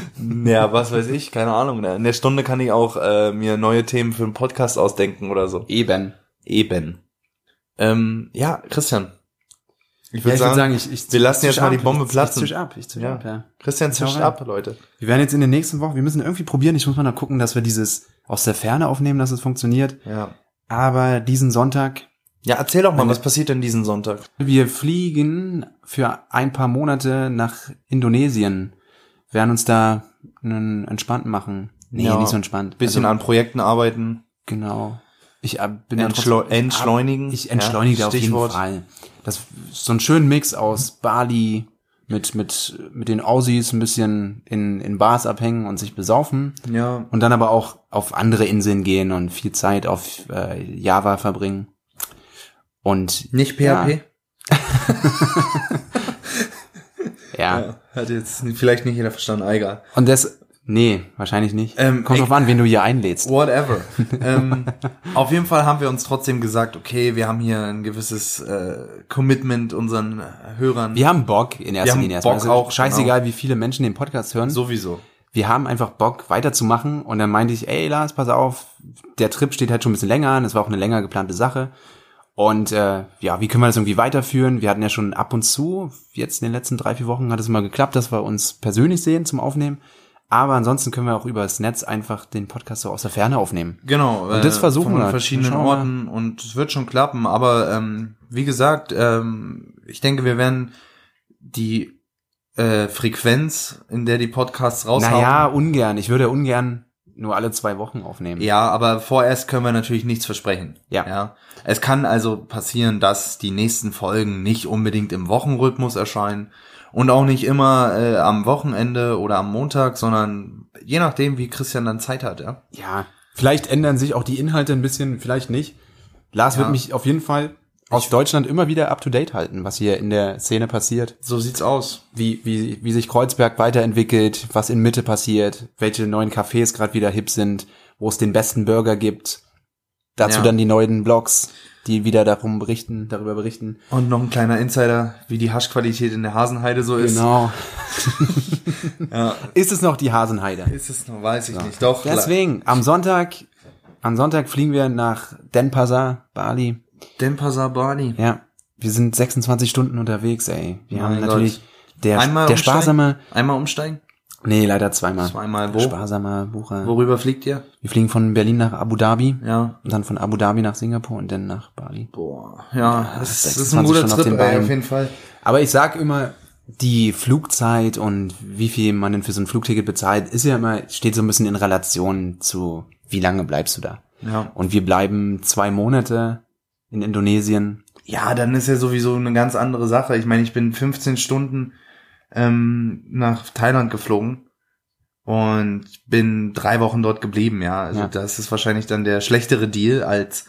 Speaker 3: ja, was weiß ich, keine Ahnung. ne? In der Stunde kann ich auch äh, mir neue Themen für einen Podcast ausdenken oder so.
Speaker 2: Eben.
Speaker 3: Eben. Ähm, ja, Christian. Ich
Speaker 2: Ja,
Speaker 3: würde
Speaker 2: ich
Speaker 3: sagen,
Speaker 2: würde sagen, ich, ich
Speaker 3: wir lassen
Speaker 2: ich
Speaker 3: jetzt mal
Speaker 2: zisch
Speaker 3: die
Speaker 2: ab.
Speaker 3: Bombe
Speaker 2: Ich-
Speaker 3: platzen.
Speaker 2: Ich zisch ab, ich zisch
Speaker 3: Ja.
Speaker 2: ab, ja.
Speaker 3: Christian
Speaker 2: Ist auch
Speaker 3: zischt
Speaker 2: rein.
Speaker 3: ab, Leute.
Speaker 2: Wir werden jetzt in den nächsten Wochen, wir müssen irgendwie probieren, ich muss mal noch gucken, dass wir dieses aus der Ferne aufnehmen, dass es funktioniert.
Speaker 3: Ja.
Speaker 2: Aber diesen Sonntag,
Speaker 3: Ja, erzähl doch mal,
Speaker 2: Wenn
Speaker 3: was
Speaker 2: du-
Speaker 3: passiert denn diesen Sonntag?
Speaker 2: wir fliegen für ein paar Monate nach Indonesien, werden uns da einen entspannten machen. Nee,
Speaker 3: Ja.
Speaker 2: nicht so entspannt.
Speaker 3: Bisschen
Speaker 2: also,
Speaker 3: an Projekten arbeiten,
Speaker 2: Genau. Ich äh, bin ja
Speaker 3: entschleu
Speaker 2: trotzdem-
Speaker 3: entschleunigen.
Speaker 2: Ich entschleunige
Speaker 3: ja,
Speaker 2: auf jeden
Speaker 3: Stichwort.
Speaker 2: Fall. Das ist so ein schönen Mix aus Bali mit mit mit den Aussies ein bisschen in in Bars abhängen und sich besaufen
Speaker 3: Ja.
Speaker 2: und dann aber auch auf andere Inseln gehen und viel Zeit auf äh, Java verbringen. Und
Speaker 3: Nicht PHP?
Speaker 2: Ja. ja.
Speaker 3: Ja, hat jetzt vielleicht nicht jeder verstanden, Ah, egal.
Speaker 2: Und das nee, wahrscheinlich nicht.
Speaker 3: Ähm,
Speaker 2: Kommt drauf
Speaker 3: ich-
Speaker 2: an, wen du hier einlädst.
Speaker 3: Whatever. ähm, auf jeden Fall haben wir uns trotzdem gesagt, okay, wir haben hier ein gewisses äh, Commitment unseren Hörern.
Speaker 2: Wir haben Bock in erster
Speaker 3: haben
Speaker 2: Linie erstmal.
Speaker 3: Bock
Speaker 2: Also
Speaker 3: auch, genau.
Speaker 2: scheißegal, wie viele Menschen den Podcast hören.
Speaker 3: Sowieso.
Speaker 2: wir haben einfach Bock weiterzumachen und dann meinte ich, ey Lars, pass auf, der Trip steht halt schon ein bisschen länger an, das war auch eine länger geplante Sache und äh, ja, wie können wir das irgendwie weiterführen? Wir hatten ja schon ab und zu, jetzt in den letzten drei, vier Wochen hat es mal geklappt, dass wir uns persönlich sehen zum Aufnehmen, aber ansonsten können wir auch übers Netz einfach den Podcast so aus der Ferne aufnehmen.
Speaker 3: Genau. Und
Speaker 2: das versuchen wir.
Speaker 3: Von verschiedenen
Speaker 2: Schauen wir mal.
Speaker 3: Orten und es wird schon klappen, aber ähm, wie gesagt, ähm, ich denke, wir werden die äh, Frequenz, in der die Podcasts raushauen.
Speaker 2: Naja, ungern, ich würde ungern nur alle zwei Wochen aufnehmen.
Speaker 3: Ja, aber vorerst können wir natürlich nichts versprechen.
Speaker 2: Hm. Ja.
Speaker 3: Es kann also passieren, dass die nächsten Folgen nicht unbedingt im Wochenrhythmus erscheinen und auch nicht immer äh, am Wochenende oder am Montag, sondern je nachdem, wie Christian dann Zeit hat, ja.
Speaker 2: ja, vielleicht ändern sich auch die Inhalte ein bisschen, vielleicht nicht. Lars
Speaker 3: Ja.
Speaker 2: wird mich auf jeden Fall aus Deutschland immer wieder up to date halten, was hier in der Szene passiert,
Speaker 3: So sieht's aus.
Speaker 2: wie, wie, wie sich Kreuzberg weiterentwickelt, was in Mitte passiert, welche neuen Cafés gerade wieder hip sind, wo es den besten Burger gibt. Dazu
Speaker 3: Ja.
Speaker 2: dann die neuen Blogs, die wieder darum berichten, darüber berichten.
Speaker 3: Und noch ein kleiner Insider, wie die Haschqualität in der Hasenheide so ist.
Speaker 2: Genau.
Speaker 3: Ja,
Speaker 2: Ist es noch die Hasenheide?
Speaker 3: ist es noch, weiß ich nicht. Doch,
Speaker 2: Deswegen, am Sonntag, am Sonntag fliegen wir nach Denpasar, Bali.
Speaker 3: Denpasar Bali.
Speaker 2: Ja, wir sind 26 Stunden unterwegs, ey. Wir
Speaker 3: Mein
Speaker 2: haben natürlich der,
Speaker 3: Einmal
Speaker 2: der
Speaker 3: umsteigen?
Speaker 2: sparsame,
Speaker 3: Einmal umsteigen?
Speaker 2: nee, leider zweimal.
Speaker 3: Zweimal wo?
Speaker 2: Sparsamer Bucher.
Speaker 3: Worüber fliegt ihr?
Speaker 2: Wir fliegen von Berlin nach Abu Dhabi
Speaker 3: Ja.
Speaker 2: und dann von Abu Dhabi nach Singapur und dann nach Bali.
Speaker 3: Boah, ja, das,
Speaker 2: das
Speaker 3: ist- ist ein guter
Speaker 2: 26 Stunden auf
Speaker 3: Trip,
Speaker 2: den
Speaker 3: ey,
Speaker 2: Beinen.
Speaker 3: auf jeden Fall.
Speaker 2: Aber ich sag immer, die Flugzeit und wie viel man denn für so ein Flugticket bezahlt, ist ja immer, steht so ein bisschen in Relation zu, wie lange bleibst du da?
Speaker 3: Ja.
Speaker 2: Und wir bleiben zwei Monate in Indonesien.
Speaker 3: ja, dann ist ja sowieso eine ganz andere Sache. Ich meine, ich bin 15 Stunden ähm, nach Thailand geflogen und bin drei Wochen dort geblieben, ja. Also
Speaker 2: Ja.
Speaker 3: das ist wahrscheinlich dann der schlechtere Deal, als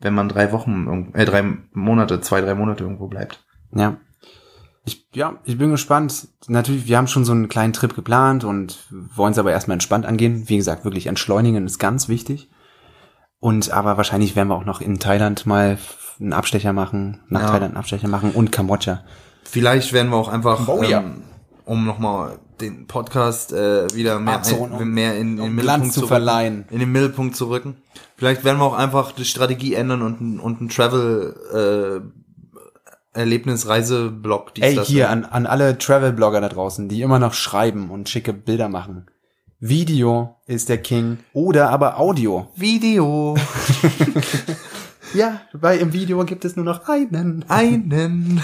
Speaker 3: wenn man drei Wochen, irgend- äh, drei Monate, zwei, drei Monate irgendwo bleibt.
Speaker 2: Ja. Ich, ja, ich bin gespannt. Natürlich, wir haben schon so einen kleinen Trip geplant und wollen es aber erstmal entspannt angehen. Wie gesagt, wirklich entschleunigen ist ganz wichtig. Und aber wahrscheinlich werden wir auch noch in Thailand mal einen Abstecher machen, nach
Speaker 3: Ja.
Speaker 2: Thailand einen Abstecher machen und Kambodscha.
Speaker 3: Vielleicht werden wir auch einfach,
Speaker 2: Oh ja.
Speaker 3: ähm, um nochmal den Podcast äh, wieder mehr,
Speaker 2: Abzuholen, um-
Speaker 3: mehr in, in den
Speaker 2: um
Speaker 3: Mittelpunkt
Speaker 2: Glanz zu
Speaker 3: rücken.
Speaker 2: verleihen.
Speaker 3: in den Mittelpunkt zu rücken. Vielleicht werden wir auch einfach die Strategie ändern und, ein- und einen Travel äh, Erlebnis Reiseblock.
Speaker 2: Ey, hier an, an alle Travel-Blogger da draußen, die immer noch schreiben und schicke Bilder machen. Video ist der King oder aber Audio.
Speaker 3: Video
Speaker 2: Ja, weil im Video gibt es nur noch einen.
Speaker 3: einen.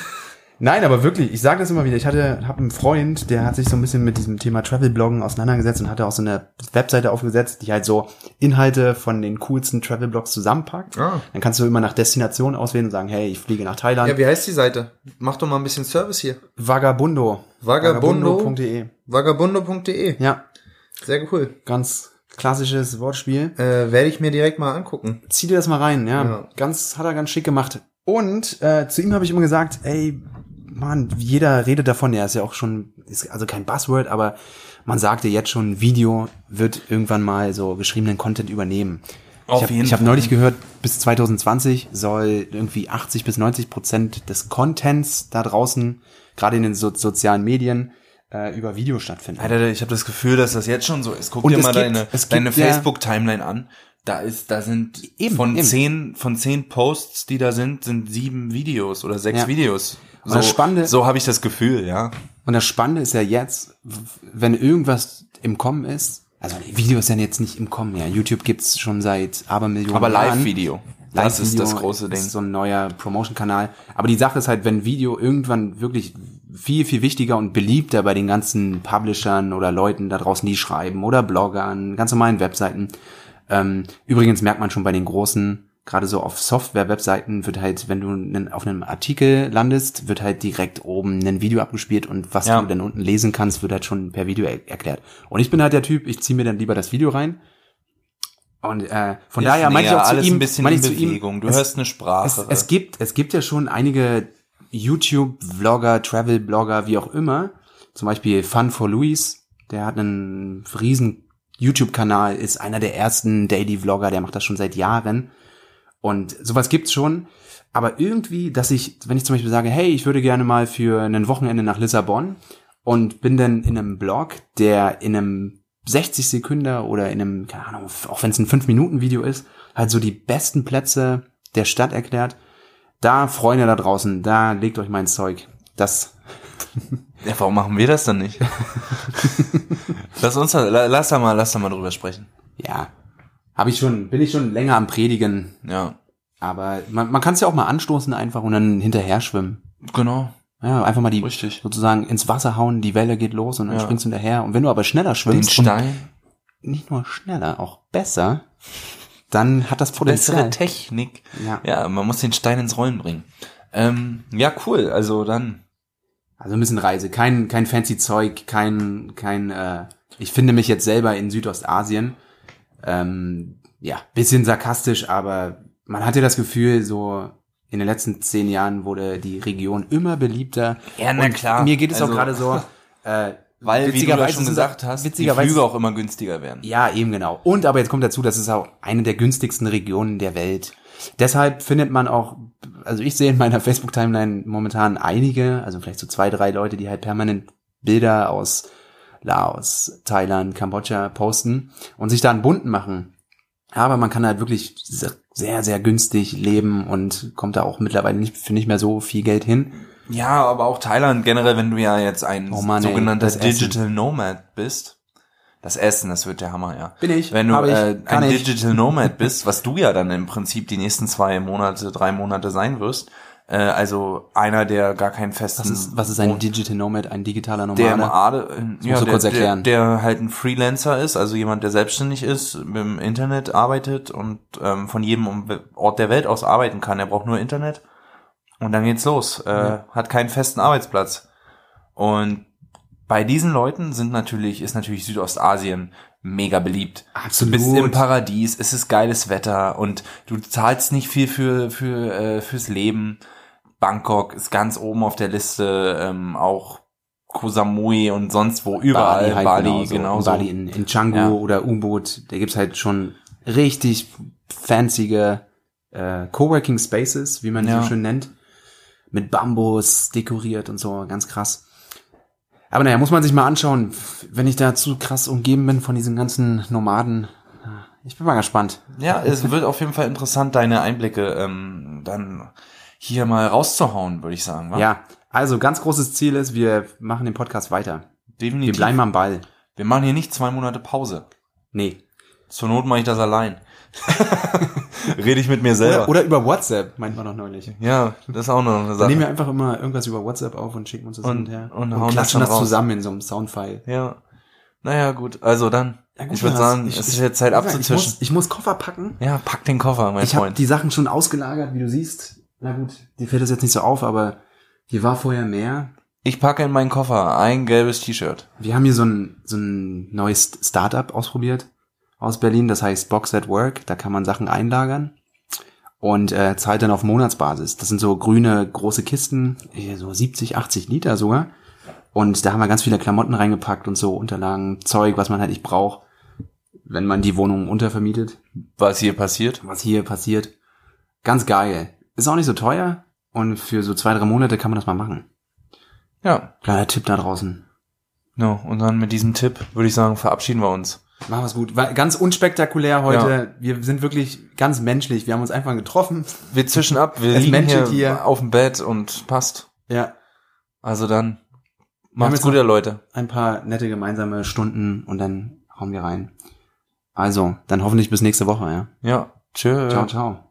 Speaker 2: Nein, aber wirklich, ich sage das immer wieder. Ich hatte, habe einen Freund, der hat sich so ein bisschen mit diesem Thema Travel-Bloggen auseinandergesetzt und hatte auch so eine Webseite aufgesetzt, die halt so Inhalte von den coolsten Travel-Blogs zusammenpackt.
Speaker 3: Ah.
Speaker 2: Dann kannst du immer nach Destination auswählen und sagen, hey, ich fliege nach Thailand.
Speaker 3: Ja, wie heißt die Seite? Mach doch mal ein bisschen Service hier.
Speaker 2: Vagabundo.
Speaker 3: Vagabundo.
Speaker 2: Vagabundo.de.
Speaker 3: Vagabundo.de.
Speaker 2: Ja,
Speaker 3: E. Sehr cool.
Speaker 2: ganz klassisches Wortspiel.
Speaker 3: Äh, Werde ich mir direkt mal angucken.
Speaker 2: zieh dir das mal rein, ja.
Speaker 3: Ja.
Speaker 2: Ganz, hat er ganz schick gemacht. Und äh, zu ihm habe ich immer gesagt, ey, Mann, jeder redet davon, er ist ja auch schon, ist also kein Buzzword, aber man sagte jetzt schon, Video wird irgendwann mal so geschriebenen Content übernehmen.
Speaker 3: Auf
Speaker 2: ich habe
Speaker 3: jeden
Speaker 2: hab
Speaker 3: Fall.
Speaker 2: neulich gehört, bis 2020 soll irgendwie 80 bis 90 Prozent des Contents da draußen, gerade in den so sozialen Medien, äh, über Video stattfinden.
Speaker 3: Alter, ich habe das Gefühl, dass das jetzt schon so ist. Guck
Speaker 2: Und
Speaker 3: dir
Speaker 2: es
Speaker 3: mal
Speaker 2: gibt-
Speaker 3: deine,
Speaker 2: es gibt
Speaker 3: deine
Speaker 2: ja-
Speaker 3: Facebook-Timeline an. Da ist, da sind
Speaker 2: Eben,
Speaker 3: von
Speaker 2: eben.
Speaker 3: zehn, von zehn Posts, die da sind, sind sieben Videos oder sechs
Speaker 2: Ja.
Speaker 3: Videos.
Speaker 2: Und das Spannende-
Speaker 3: so habe ich das Gefühl, ja.
Speaker 2: Und das Spannende ist ja jetzt, w- wenn irgendwas im Kommen ist, also Video ist ja jetzt nicht im Kommen, ja. YouTube gibt's schon seit Abermillionen
Speaker 3: Aber
Speaker 2: Jahren.
Speaker 3: Live-Video. Das ist das große Ding.
Speaker 2: Ist so ein neuer Promotion-Kanal. Aber die Sache ist halt, wenn Video irgendwann wirklich viel, viel wichtiger und beliebter bei den ganzen Publishern oder Leuten da draußen, die schreiben oder Bloggern, ganz normalen Webseiten. Ähm, übrigens merkt man schon bei den großen, gerade so auf Software-Webseiten wird halt, wenn du nen- auf einem Artikel landest, wird halt direkt oben ein Video abgespielt und was
Speaker 3: Ja.
Speaker 2: du dann unten lesen kannst, wird halt schon per Video er erklärt. Und ich bin halt der Typ, ich ziehe mir dann lieber das Video rein. Und äh, von
Speaker 3: Ist
Speaker 2: daher meinte ich
Speaker 3: näher,
Speaker 2: auch zu
Speaker 3: alles
Speaker 2: ihm,
Speaker 3: ein bisschen
Speaker 2: meinte
Speaker 3: in
Speaker 2: ich zu ihm,
Speaker 3: Bewegung. Du
Speaker 2: es-
Speaker 3: hörst eine Sprache.
Speaker 2: es, es gibt es gibt ja schon einige YouTube-Vlogger, Travel-Blogger, wie auch immer. Zum Beispiel Fun for Luis, der hat einen riesen YouTube-Kanal, ist einer der ersten Daily-Vlogger, der macht das schon seit Jahren. Und sowas gibt's schon. Aber irgendwie, dass ich, wenn ich zum Beispiel sage, hey, ich würde gerne mal für ein Wochenende nach Lissabon und bin dann in einem Blog, der in einem 60 Sekunden oder in einem, keine Ahnung, auch wenn es ein 5-Minuten-Video ist, halt so die besten Plätze der Stadt erklärt. Da, Freunde da draußen, da legt euch mein Zeug. Das,
Speaker 3: ja, warum machen wir das dann nicht? lass uns, da- la- lass da mal, lass da mal drüber sprechen.
Speaker 2: ja, habe ich schon, bin ich schon länger am Predigen.
Speaker 3: Ja,
Speaker 2: Aber man, man kann es ja auch mal anstoßen einfach und dann hinterher schwimmen.
Speaker 3: genau,
Speaker 2: Ja, einfach mal die
Speaker 3: richtig.
Speaker 2: sozusagen ins Wasser hauen, die Welle geht los und dann
Speaker 3: Ja.
Speaker 2: springst du hinterher. Und wenn du aber schneller
Speaker 3: Den
Speaker 2: schwimmst, und
Speaker 3: Stein,
Speaker 2: nicht nur schneller, auch besser, dann hat das
Speaker 3: bessere
Speaker 2: Potenzial.
Speaker 3: Technik.
Speaker 2: Ja.
Speaker 3: Ja, man muss den Stein ins Rollen bringen. Ähm, ja, cool. Also dann
Speaker 2: Also ein bisschen Reise, kein, kein fancy Zeug, kein, kein, äh, ich finde mich jetzt selber in Südostasien. Ähm, ja, bisschen sarkastisch, aber man hatte das Gefühl, so in den letzten zehn Jahren wurde die Region immer beliebter.
Speaker 3: Ja, na
Speaker 2: Und
Speaker 3: klar.
Speaker 2: Mir geht es auch
Speaker 3: Also-
Speaker 2: gerade so, äh,
Speaker 3: Weil, wie du ja
Speaker 2: witzigerweise
Speaker 3: schon
Speaker 2: sind-
Speaker 3: gesagt hast, die
Speaker 2: witzigerweise
Speaker 3: Flüge auch immer günstiger werden.
Speaker 2: Ja, eben genau. Und aber jetzt kommt dazu, das ist auch eine der günstigsten Regionen der Welt. Deshalb findet man auch, also ich sehe in meiner Facebook-Timeline momentan einige, also vielleicht so zwei, drei Leute, die halt permanent Bilder aus Laos, Thailand, Kambodscha posten und sich da einen bunten machen. Aber man kann halt wirklich sehr, sehr günstig leben und kommt da auch mittlerweile nicht, für nicht mehr so viel Geld hin.
Speaker 3: Ja, aber auch Thailand generell, wenn du ja jetzt ein
Speaker 2: Oh Mann, ey,
Speaker 3: sogenannter
Speaker 2: das Essen.
Speaker 3: Digital Nomad bist. Das Essen, das wird der Hammer, ja.
Speaker 2: Bin ich,
Speaker 3: Wenn du
Speaker 2: hab ich,
Speaker 3: äh,
Speaker 2: kann
Speaker 3: ein
Speaker 2: ich.
Speaker 3: Digital Nomad bist, was du ja dann im Prinzip die nächsten zwei Monate, drei Monate sein wirst, äh, also einer, der gar keinen festen...
Speaker 2: Was ist, was ist ein Digital Nomad, ein digitaler Nomade?
Speaker 3: Hm. der im Ade, ja,
Speaker 2: musst du
Speaker 3: der,
Speaker 2: kurz erklären.
Speaker 3: Der, der halt ein Freelancer ist, also jemand, der selbstständig ist, im Internet arbeitet und ähm, von jedem um- Ort der Welt aus arbeiten kann. Er braucht nur Internet und dann geht's los. Äh, Hat keinen festen Arbeitsplatz. Und bei diesen Leuten sind natürlich, ist natürlich Südostasien mega beliebt.
Speaker 2: Absolut.
Speaker 3: Du bist im Paradies, es ist geiles Wetter und du zahlst nicht viel für, für, äh, fürs Leben. Bangkok ist ganz oben auf der Liste, ähm, auch Koh Samui und sonst wo, überall, Bali,
Speaker 2: halt
Speaker 3: genauso.
Speaker 2: Bali in, in Canggu
Speaker 3: Ja.
Speaker 2: oder U-Boot, da gibt's halt schon richtig fancyge äh, Coworking Spaces, wie man
Speaker 3: Ja.
Speaker 2: die so schön nennt, mit Bambus dekoriert und so, ganz krass. Aber naja, muss man sich mal anschauen, wenn ich da zu krass umgeben bin von diesen ganzen Nomaden. Ich bin mal gespannt.
Speaker 3: Ja, es wird auf jeden Fall interessant, deine Einblicke ähm, dann hier mal rauszuhauen, würde ich sagen. wa?
Speaker 2: Ja, also ganz großes Ziel ist, wir machen den Podcast weiter. Wir
Speaker 3: definitiv.
Speaker 2: bleiben am Ball.
Speaker 3: Wir machen hier nicht zwei Monate Pause.
Speaker 2: Nee.
Speaker 3: Zur Not mache ich das allein. Rede ich mit mir selber.
Speaker 2: Oder, oder über WhatsApp, meint man doch neulich.
Speaker 3: ja, das ist auch noch eine
Speaker 2: Dann
Speaker 3: Sache.
Speaker 2: nehmen wir einfach immer irgendwas über WhatsApp auf und schicken uns das hin
Speaker 3: Und-
Speaker 2: und her.
Speaker 3: und hauen
Speaker 2: klatschen
Speaker 3: das
Speaker 2: das
Speaker 3: dann raus.
Speaker 2: zusammen in so einem Soundfile.
Speaker 3: Ja. Naja, gut. Also dann.
Speaker 2: Ja, gut,
Speaker 3: ich würde
Speaker 2: Lars,
Speaker 3: sagen,
Speaker 2: ich-
Speaker 3: es
Speaker 2: ich-
Speaker 3: ist jetzt Zeit
Speaker 2: ich muss sagen,
Speaker 3: abzutischen.
Speaker 2: Ich muss, ich muss Koffer packen.
Speaker 3: ja, pack den Koffer, mein
Speaker 2: Ich habe
Speaker 3: Freund.
Speaker 2: die Sachen schon ausgelagert, wie du siehst. Na gut, dir fällt das jetzt nicht so auf, aber hier war vorher mehr.
Speaker 3: Ich packe in meinen Koffer ein gelbes T-Shirt.
Speaker 2: Wir haben hier so ein, so ein neues Startup ausprobiert aus Berlin. Das heißt Box at Work. Da kann man Sachen einlagern und äh, zahlt dann auf Monatsbasis. Das sind so grüne große Kisten, eh, so 70, 80 Liter sogar. Und da haben wir ganz viele Klamotten reingepackt und so Unterlagen, Zeug, was man halt nicht braucht. wenn man die Wohnung untervermietet,
Speaker 3: Was hier passiert?
Speaker 2: was hier passiert. Ganz geil. Ist auch nicht so teuer und für so zwei, drei Monate kann man das mal machen.
Speaker 3: Ja.
Speaker 2: Kleiner Tipp da draußen.
Speaker 3: No. Und dann mit diesem Tipp würde ich sagen, verabschieden wir uns.
Speaker 2: Machen wir's gut. War ganz unspektakulär heute. Wir sind wirklich ganz menschlich. Wir haben uns einfach getroffen.
Speaker 3: Wir zwischen ab, wir
Speaker 2: Es
Speaker 3: liegen hier,
Speaker 2: menschelt hier.
Speaker 3: auf dem Bett und passt.
Speaker 2: Ja,
Speaker 3: Also dann,
Speaker 2: haben
Speaker 3: macht's
Speaker 2: jetzt
Speaker 3: gut, ihr Leute.
Speaker 2: ein paar nette gemeinsame Stunden und dann hauen wir rein. Also, dann hoffentlich bis nächste Woche, ja.
Speaker 3: Ja, tschö.
Speaker 2: Ciao, ciao.